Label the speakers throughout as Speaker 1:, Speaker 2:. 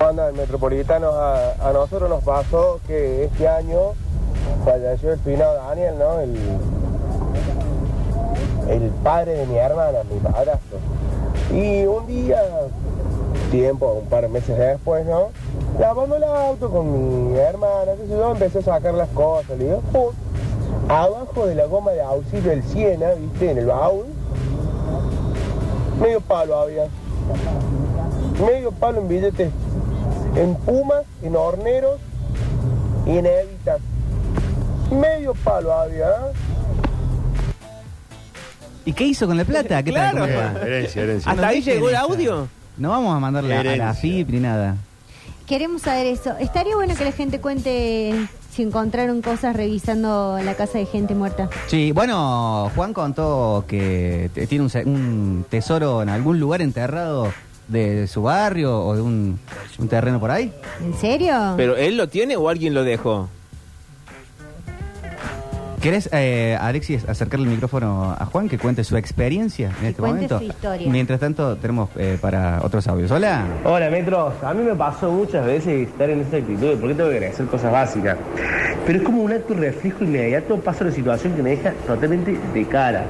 Speaker 1: Banda del Metropolitano, a, a nosotros nos pasó que este año falleció el finado Daniel, ¿no? El, el padre de mi hermana, mi padrastro. Y un día, tiempo, un par de meses después, ¿no? Lavando el auto con mi hermana, qué sé yo, empecé a sacar las cosas, le digo, ¡pum! abajo de la goma de auxilio del Siena, ¿viste? En el baúl, medio palo había. Medio palo en billetes, en pumas, en horneros y en evitas. Medio palo había. ¿eh?
Speaker 2: ¿Y qué hizo con la plata? ¿Qué tal?
Speaker 3: Claro.
Speaker 2: ¿Cómo está?
Speaker 4: herencia, herencia.
Speaker 3: ¿Hasta ahí llegó el
Speaker 2: Herencia.
Speaker 3: audio?
Speaker 2: No vamos a mandarla a la
Speaker 4: Herencia.
Speaker 2: FIP ni nada.
Speaker 5: Queremos saber eso. Estaría bueno que la gente cuente si encontraron cosas revisando la casa de gente muerta.
Speaker 2: Sí, bueno, Juan contó que t- tiene un, se- un tesoro en algún lugar enterrado de su barrio o de un, un terreno por ahí.
Speaker 5: ¿En serio?
Speaker 3: ¿Pero él lo tiene o alguien lo dejó?
Speaker 2: ¿Querés, eh, Alexis, acercarle el micrófono a Juan que cuente su experiencia en
Speaker 5: Que
Speaker 2: este
Speaker 5: cuente
Speaker 2: momento?
Speaker 5: su historia.
Speaker 2: Mientras tanto, tenemos eh, para otros audios. Hola.
Speaker 6: Hola, Metros. A mí me pasó muchas veces estar en esa actitud de por qué tengo que agradecer cosas básicas. Pero es como un acto de reflejo inmediato, pasa una situación que me deja totalmente de cara.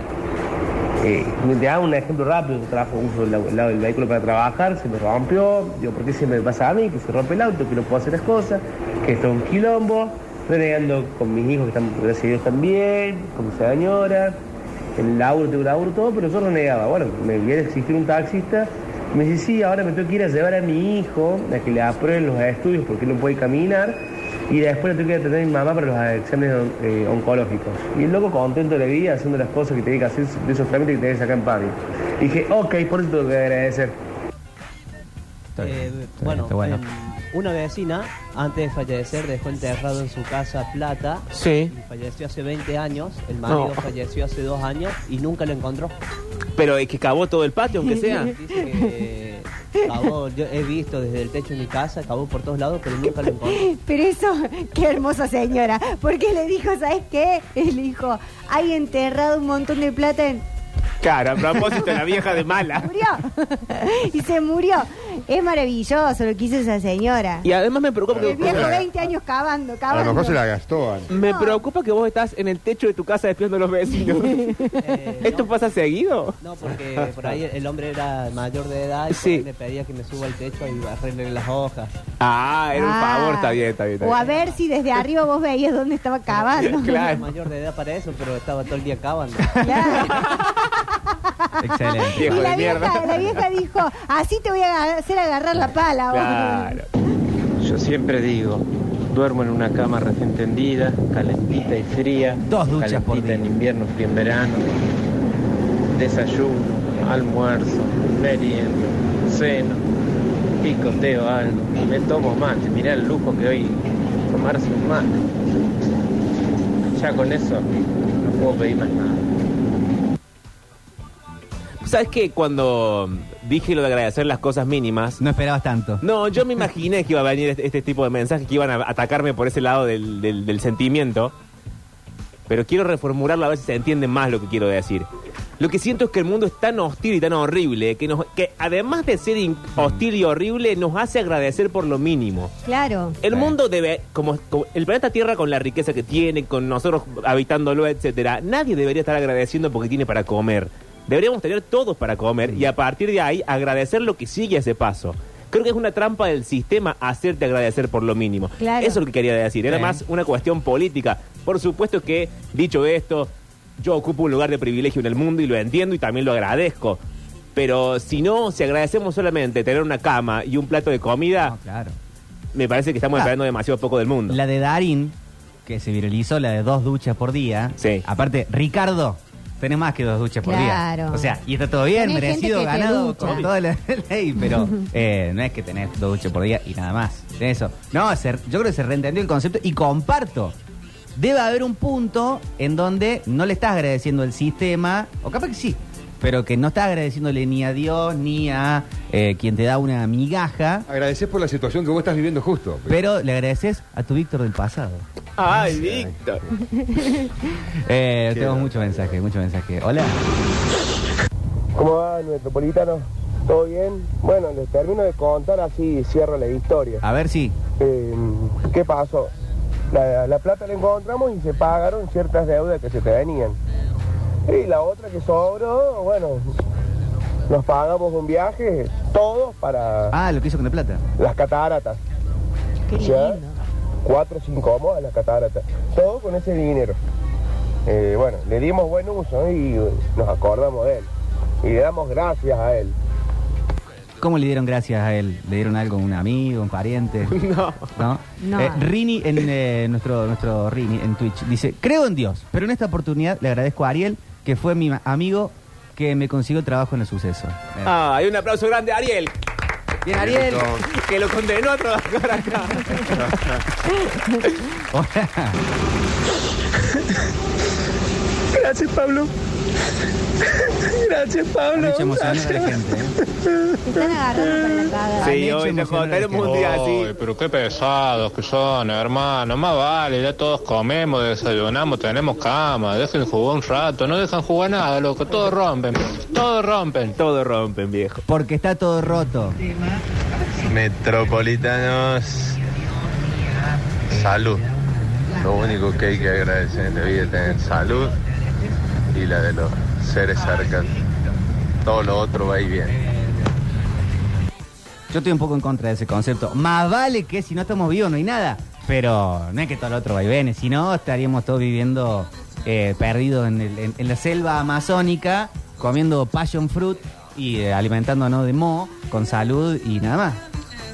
Speaker 6: Eh, te hago un ejemplo rápido, yo trabajo uso el, el- el vehículo para trabajar, se me rompió, digo, ¿por qué siempre me pasa a mí? Que se rompe el auto, que no puedo hacer las cosas, que esto es un quilombo, renegando con mis hijos que están, gracias a Dios, también, con mi señora, en el laburo, tengo laburo, todo, pero yo renegaba. Bueno, me viene a existir un taxista, me dice, sí, ahora me tengo que ir a llevar a mi hijo, a que le aprueben los estudios porque no puede caminar, y después le tuve que atender a mi mamá para los exámenes eh, oncológicos. Y el loco contento de la vida, haciendo las cosas que tenía que hacer, de esos trámites que tenía que sacar en Pami. Dije, ok, por eso tengo que agradecer.
Speaker 2: Está bien,
Speaker 7: Eh,
Speaker 2: está bien,
Speaker 7: bueno,
Speaker 2: está bueno.
Speaker 7: em, una vecina, antes de fallecer, dejó enterrado en su casa plata.
Speaker 3: Sí.
Speaker 7: y falleció hace 20 años. El marido
Speaker 3: No.
Speaker 7: falleció hace dos años y nunca lo encontró.
Speaker 3: Pero es que cavó todo el patio, aunque sea.
Speaker 7: Dice que cavó, yo he visto desde el techo de mi casa, acabó por todos lados, pero nunca lo encontró.
Speaker 5: Pero eso, qué hermosa señora. Porque le dijo, ¿sabes qué? Él dijo, hay enterrado un montón de plata en...
Speaker 3: Claro, a propósito, la vieja de mala.
Speaker 5: Murió. y se murió. Es maravilloso lo que hizo esa señora.
Speaker 3: Y además me preocupa
Speaker 5: El
Speaker 3: que...
Speaker 5: viejo 20 años cavando,
Speaker 4: A
Speaker 5: cavando.
Speaker 4: lo mejor se la gastó. antes.
Speaker 3: Me
Speaker 5: No.
Speaker 3: preocupa que vos estás en el techo de tu casa despidiendo a los vecinos.
Speaker 7: Eh,
Speaker 3: ¿Esto
Speaker 7: no,
Speaker 3: pasa seguido?
Speaker 7: No, porque por ahí el hombre era mayor de edad y
Speaker 3: Sí.
Speaker 7: por ahí me pedía que me suba al techo y arregle las hojas.
Speaker 3: Ah, era un
Speaker 5: Ah.
Speaker 3: favor, está bien, está bien. está
Speaker 5: O a
Speaker 3: bien.
Speaker 5: ver si desde arriba vos veías dónde estaba cavando.
Speaker 2: Ah.
Speaker 7: Era
Speaker 3: Claro.
Speaker 7: mayor de edad para eso, pero estaba todo el día cavando.
Speaker 5: Claro.
Speaker 2: Excelente.
Speaker 5: Y
Speaker 3: Viejo
Speaker 5: la
Speaker 3: de
Speaker 5: vieja,
Speaker 3: mierda.
Speaker 5: la vieja dijo, así te voy a hacer agarrar la pala. vos".
Speaker 3: Claro.
Speaker 8: Yo siempre digo, duermo en una cama recién tendida, calentita y fría.
Speaker 2: Dos duchas por
Speaker 8: calentita en
Speaker 2: día.
Speaker 8: invierno, fría en verano. Desayuno, almuerzo, merienda, seno, picoteo algo. Me tomo mate, mirá el lujo que hoy tomarse un mate. Ya con eso no puedo pedir más nada.
Speaker 3: ¿Sabes qué? Cuando dije lo de agradecer las cosas mínimas,
Speaker 2: No esperabas tanto.
Speaker 3: No, yo me imaginé que iba a venir este, este tipo de mensajes, que iban a atacarme por ese lado del, del- del sentimiento. Pero quiero reformularlo a ver si se entiende más lo que quiero decir. Lo que siento es que el mundo es tan hostil y tan horrible que, nos, que además de ser in- hostil y horrible, nos hace agradecer por lo mínimo.
Speaker 5: Claro.
Speaker 3: El
Speaker 2: Sí.
Speaker 3: mundo debe, como, como el planeta Tierra con la riqueza que tiene, con nosotros habitándolo, etcétera, nadie debería estar agradeciendo porque tiene para comer. Deberíamos tener todos para comer y a partir de ahí agradecer lo que sigue ese paso. Creo que es una trampa del sistema hacerte agradecer por lo mínimo.
Speaker 5: Claro.
Speaker 3: Eso es lo que quería decir. Era
Speaker 2: Sí.
Speaker 3: más una cuestión política. Por supuesto que, dicho esto, yo ocupo un lugar de privilegio en el mundo y lo entiendo y también lo agradezco. Pero si no, si agradecemos solamente tener una cama y un plato de comida,
Speaker 2: No, claro.
Speaker 3: me parece que estamos
Speaker 2: Ah.
Speaker 3: esperando demasiado poco del mundo.
Speaker 2: La de Darín, que se viralizó, la de dos duchas por día.
Speaker 3: Sí.
Speaker 2: Aparte, Ricardo, tenés más que dos duchas por día.
Speaker 5: Claro.
Speaker 2: O sea, y está todo bien,
Speaker 5: Tenés
Speaker 2: merecido,
Speaker 5: gente que te
Speaker 2: ganado,
Speaker 5: ducha.
Speaker 2: con toda la ley, pero eh, no es que tenés dos duchas por día y nada más. Tenés eso. No, se- yo creo que se reentendió el concepto y comparto. Debe haber un punto en donde no le estás agradeciendo al sistema, o capaz que sí, pero que no estás agradeciéndole ni a Dios ni a eh, quien te da una migaja,
Speaker 4: Agradeces por la situación que vos estás viviendo justo.
Speaker 2: pero le agradeces a tu Víctor del pasado.
Speaker 3: Ay, Víctor.
Speaker 2: Eh, tengo mucho mensaje, mucho mensaje. Hola.
Speaker 1: ¿Cómo va el Metropolitano? ¿Todo bien? Bueno, les termino de contar así y cierro la historia.
Speaker 2: A ver si.
Speaker 1: Eh, ¿Qué pasó? La, la plata la encontramos y se pagaron ciertas deudas que se te venían. Y la otra que sobró, bueno, nos pagamos un viaje todos para
Speaker 2: Ah, lo que hizo con la plata.
Speaker 1: las cataratas.
Speaker 5: Qué
Speaker 1: Ya.
Speaker 5: lindo.
Speaker 1: Cuatro o cinco modas las cataratas. Todo con ese dinero. Eh, bueno, le dimos buen uso y eh, nos acordamos de él. Y le damos gracias a él.
Speaker 2: ¿Cómo le dieron gracias a él? ¿Le dieron algo a un amigo, un pariente? No. ¿No?
Speaker 5: No.
Speaker 2: Eh, Rini, en, eh, nuestro, nuestro Rini en Twitch, dice, creo en Dios, pero en esta oportunidad le agradezco a Ariel, que fue mi ma- amigo que me consiguió trabajo en el suceso. Eh,
Speaker 3: Ah, hay un aplauso grande a Ariel,
Speaker 2: Bien, Ariel.
Speaker 3: que lo condenó a trabajar acá.
Speaker 2: Eh, Hola.
Speaker 6: Gracias, Pablo. Gracias, Pablo.
Speaker 2: Mucha emoción a la gente. eh.
Speaker 5: Están agarrando para la cagada.
Speaker 3: Sí,
Speaker 2: hecho
Speaker 3: hoy nos
Speaker 2: emocionar a la
Speaker 3: contaremos un
Speaker 2: gente.
Speaker 3: día así.
Speaker 9: Ay, pero qué pesados que son, hermano. Más vale, ya todos comemos, desayunamos, tenemos cama. Dejen jugar un rato, no dejan jugar nada, loco. Todos rompen, todos rompen.
Speaker 3: Todo rompen, viejo.
Speaker 2: Porque está todo roto.
Speaker 9: Metropolitanos, salud. Lo único que hay que agradecer en la vida es tener salud y la de los seres cercanos. Todo lo otro va y bien.
Speaker 2: Yo estoy un poco en contra de ese concepto. Más vale que si no estamos vivos no hay nada. Pero no es que todo el otro vaivene, si no estaríamos todos viviendo eh, perdidos en, el- en- en la selva amazónica, comiendo passion fruit y eh, alimentándonos de mo con salud y nada más.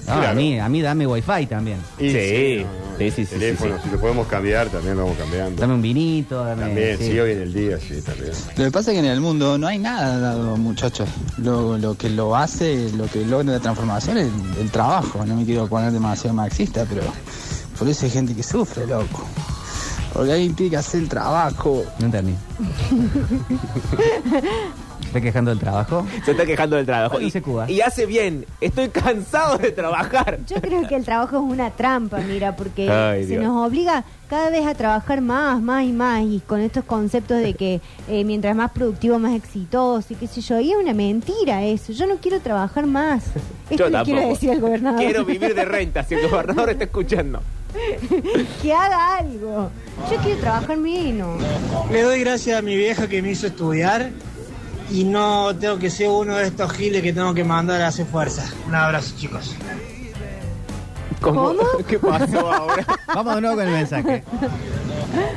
Speaker 2: No, a,
Speaker 4: Claro.
Speaker 2: mí, a mí dame wifi también.
Speaker 4: Y
Speaker 3: Sí,
Speaker 4: no, no,
Speaker 3: sí, sí, sí,
Speaker 4: Teléfono,
Speaker 3: sí,
Speaker 4: si lo podemos cambiar, también lo vamos cambiando.
Speaker 2: Dame un vinito, dame...
Speaker 4: También,
Speaker 2: sí.
Speaker 4: sí. hoy en el día, sí, también.
Speaker 10: Lo que pasa es que en el mundo no hay nada, dado, muchachos. Lo, lo que lo hace, lo que logra la transformación es el, el trabajo. No me quiero poner demasiado marxista, pero por eso hay gente que sufre, loco. Porque ahí implica hacer el trabajo.
Speaker 2: No entendí. ¿Estás quejando del trabajo?
Speaker 3: Se está quejando del trabajo.
Speaker 2: Ay,
Speaker 3: Y,
Speaker 2: se Cuba.
Speaker 3: y hace bien. Estoy cansado de trabajar.
Speaker 5: Yo creo que el trabajo es una trampa, mira, porque
Speaker 3: Ay,
Speaker 5: se
Speaker 3: Dios.
Speaker 5: nos obliga cada vez a trabajar más, más y más, y con estos conceptos de que eh, mientras más productivo, más exitoso, y qué sé yo, y es una mentira eso. Yo no quiero trabajar más. Esto
Speaker 3: Yo
Speaker 5: le
Speaker 3: tampoco.
Speaker 5: quiero decir al gobernador.
Speaker 3: Quiero vivir de renta, si el gobernador está escuchando.
Speaker 5: que haga algo. Yo quiero trabajar menos.
Speaker 10: Le doy gracias a mi vieja que me hizo estudiar y no tengo que ser uno de estos giles que tengo que mandar a hacer fuerza. Un abrazo, chicos.
Speaker 3: ¿Cómo?
Speaker 5: ¿Cómo?
Speaker 3: ¿Qué pasó ahora?
Speaker 2: Vamos de nuevo con el mensaje.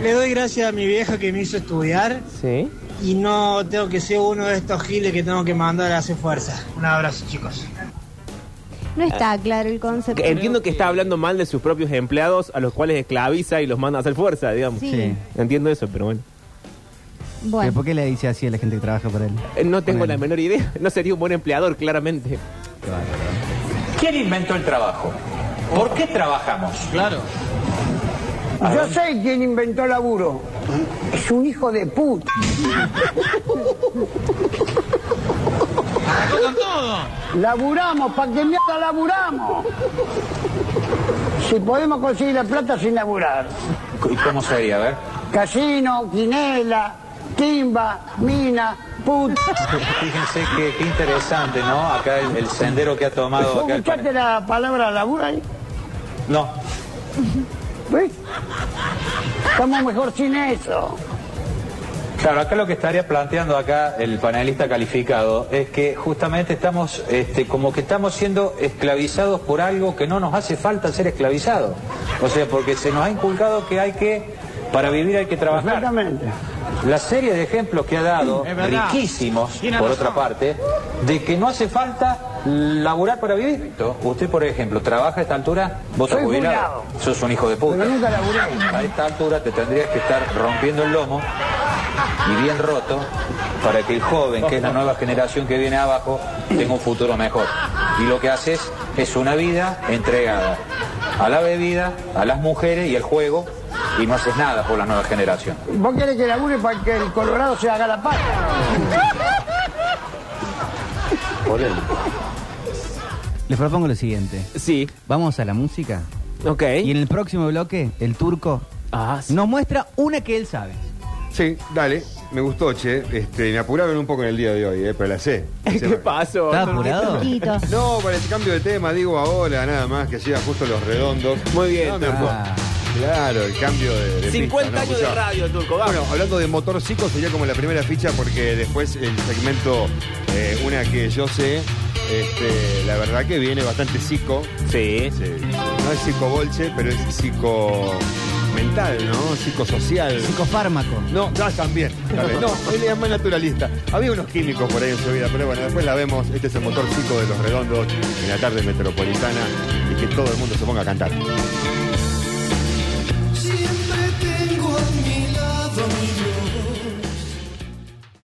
Speaker 10: Le doy gracias a mi vieja que me hizo estudiar
Speaker 3: Sí.
Speaker 10: y no tengo que ser uno de estos giles que tengo que mandar a hacer fuerza. Un abrazo, chicos.
Speaker 5: No está claro el concepto.
Speaker 3: Entiendo que está hablando mal de sus propios empleados, a los cuales esclaviza y los manda a hacer fuerza, digamos.
Speaker 5: Sí.
Speaker 2: Sí.
Speaker 3: Entiendo eso, pero bueno.
Speaker 5: Bueno,
Speaker 2: ¿Por qué le dice así a la gente que trabaja para él?
Speaker 3: Eh, No tengo
Speaker 2: Ponele.
Speaker 3: la menor idea. No sería un buen empleador, claramente.
Speaker 2: Qué bárbaro.
Speaker 9: ¿Quién inventó el trabajo? ¿Por qué trabajamos?
Speaker 10: Yo sé quién inventó el laburo. Es un hijo de puta. Laburamos, ¿para qué mierda laburamos? Si podemos conseguir la plata sin laburar.
Speaker 9: ¿Y cómo sería? A ver.
Speaker 10: Casino, quinela, timba, mina, puta.
Speaker 9: Fíjense que, qué interesante, ¿no? Acá el, el sendero que ha tomado.
Speaker 10: ¿Vos
Speaker 9: acá el
Speaker 10: escuchaste
Speaker 9: panel.
Speaker 10: la palabra labura ahí?
Speaker 9: No.
Speaker 10: ¿Ves? Estamos mejor sin eso.
Speaker 9: Claro, acá lo que estaría planteando acá el panelista calificado es que justamente estamos, este, como que estamos siendo esclavizados por algo que no nos hace falta ser esclavizados. O sea, porque se nos ha inculcado que hay que, para vivir hay que trabajar.
Speaker 10: Exactamente.
Speaker 9: La serie de ejemplos que ha dado,
Speaker 10: Es verdad.
Speaker 9: riquísimos,
Speaker 10: Tiene
Speaker 9: por
Speaker 10: razón.
Speaker 9: otra parte, de que no hace falta laburar para vivir. Usted, por ejemplo, trabaja a esta altura, vos sos
Speaker 10: Soy
Speaker 9: jubilado,
Speaker 10: jubilado.
Speaker 9: sos un hijo de puta.
Speaker 10: Pero nunca laburé.
Speaker 9: A esta altura te tendrías que estar rompiendo el lomo y bien roto para que el joven, que es la nueva generación que viene abajo, tenga un futuro mejor. Y lo que haces es una vida entregada a la bebida, a las mujeres y al juego, y no haces nada por la nueva generación.
Speaker 10: Vos querés que labure para que el Colorado se haga la pata.
Speaker 2: Les propongo lo siguiente.
Speaker 3: Sí.
Speaker 2: Vamos a la música.
Speaker 3: Ok.
Speaker 2: Y en el próximo bloque, el turco
Speaker 3: Ah, sí.
Speaker 2: nos muestra una que él sabe.
Speaker 4: Sí, dale.
Speaker 6: Me gustó, che. Este, me apuraron un poco en el día de hoy, eh, pero la sé. La sé
Speaker 3: ¿Qué
Speaker 6: porque-
Speaker 3: pasó?
Speaker 2: ¿Estás apurado?
Speaker 5: Poquito.
Speaker 6: No, para el cambio de tema, digo ahora, nada más, que llega justo los redondos.
Speaker 3: Muy bien,
Speaker 6: No, me
Speaker 3: Turco.
Speaker 6: apu- Claro, el cambio de. de
Speaker 3: 50
Speaker 6: pista, ¿no?
Speaker 3: años de
Speaker 6: Escuchá.
Speaker 3: radio, Turco. Vamos.
Speaker 6: Bueno, hablando de motorciclos sería como la primera ficha porque después el segmento, eh, una que yo sé, este, la verdad que viene bastante psico.
Speaker 3: sí.
Speaker 6: Sí. No es psicobolche, pero es psico mental, ¿no? Psicosocial.
Speaker 2: Psicofármaco.
Speaker 6: No, no, también. también. No, él es más naturalista. Había unos químicos por ahí en su vida, pero bueno, después la vemos. Este es el motor psico de los redondos en la tarde metropolitana y que todo el mundo se ponga a cantar.
Speaker 11: Siempre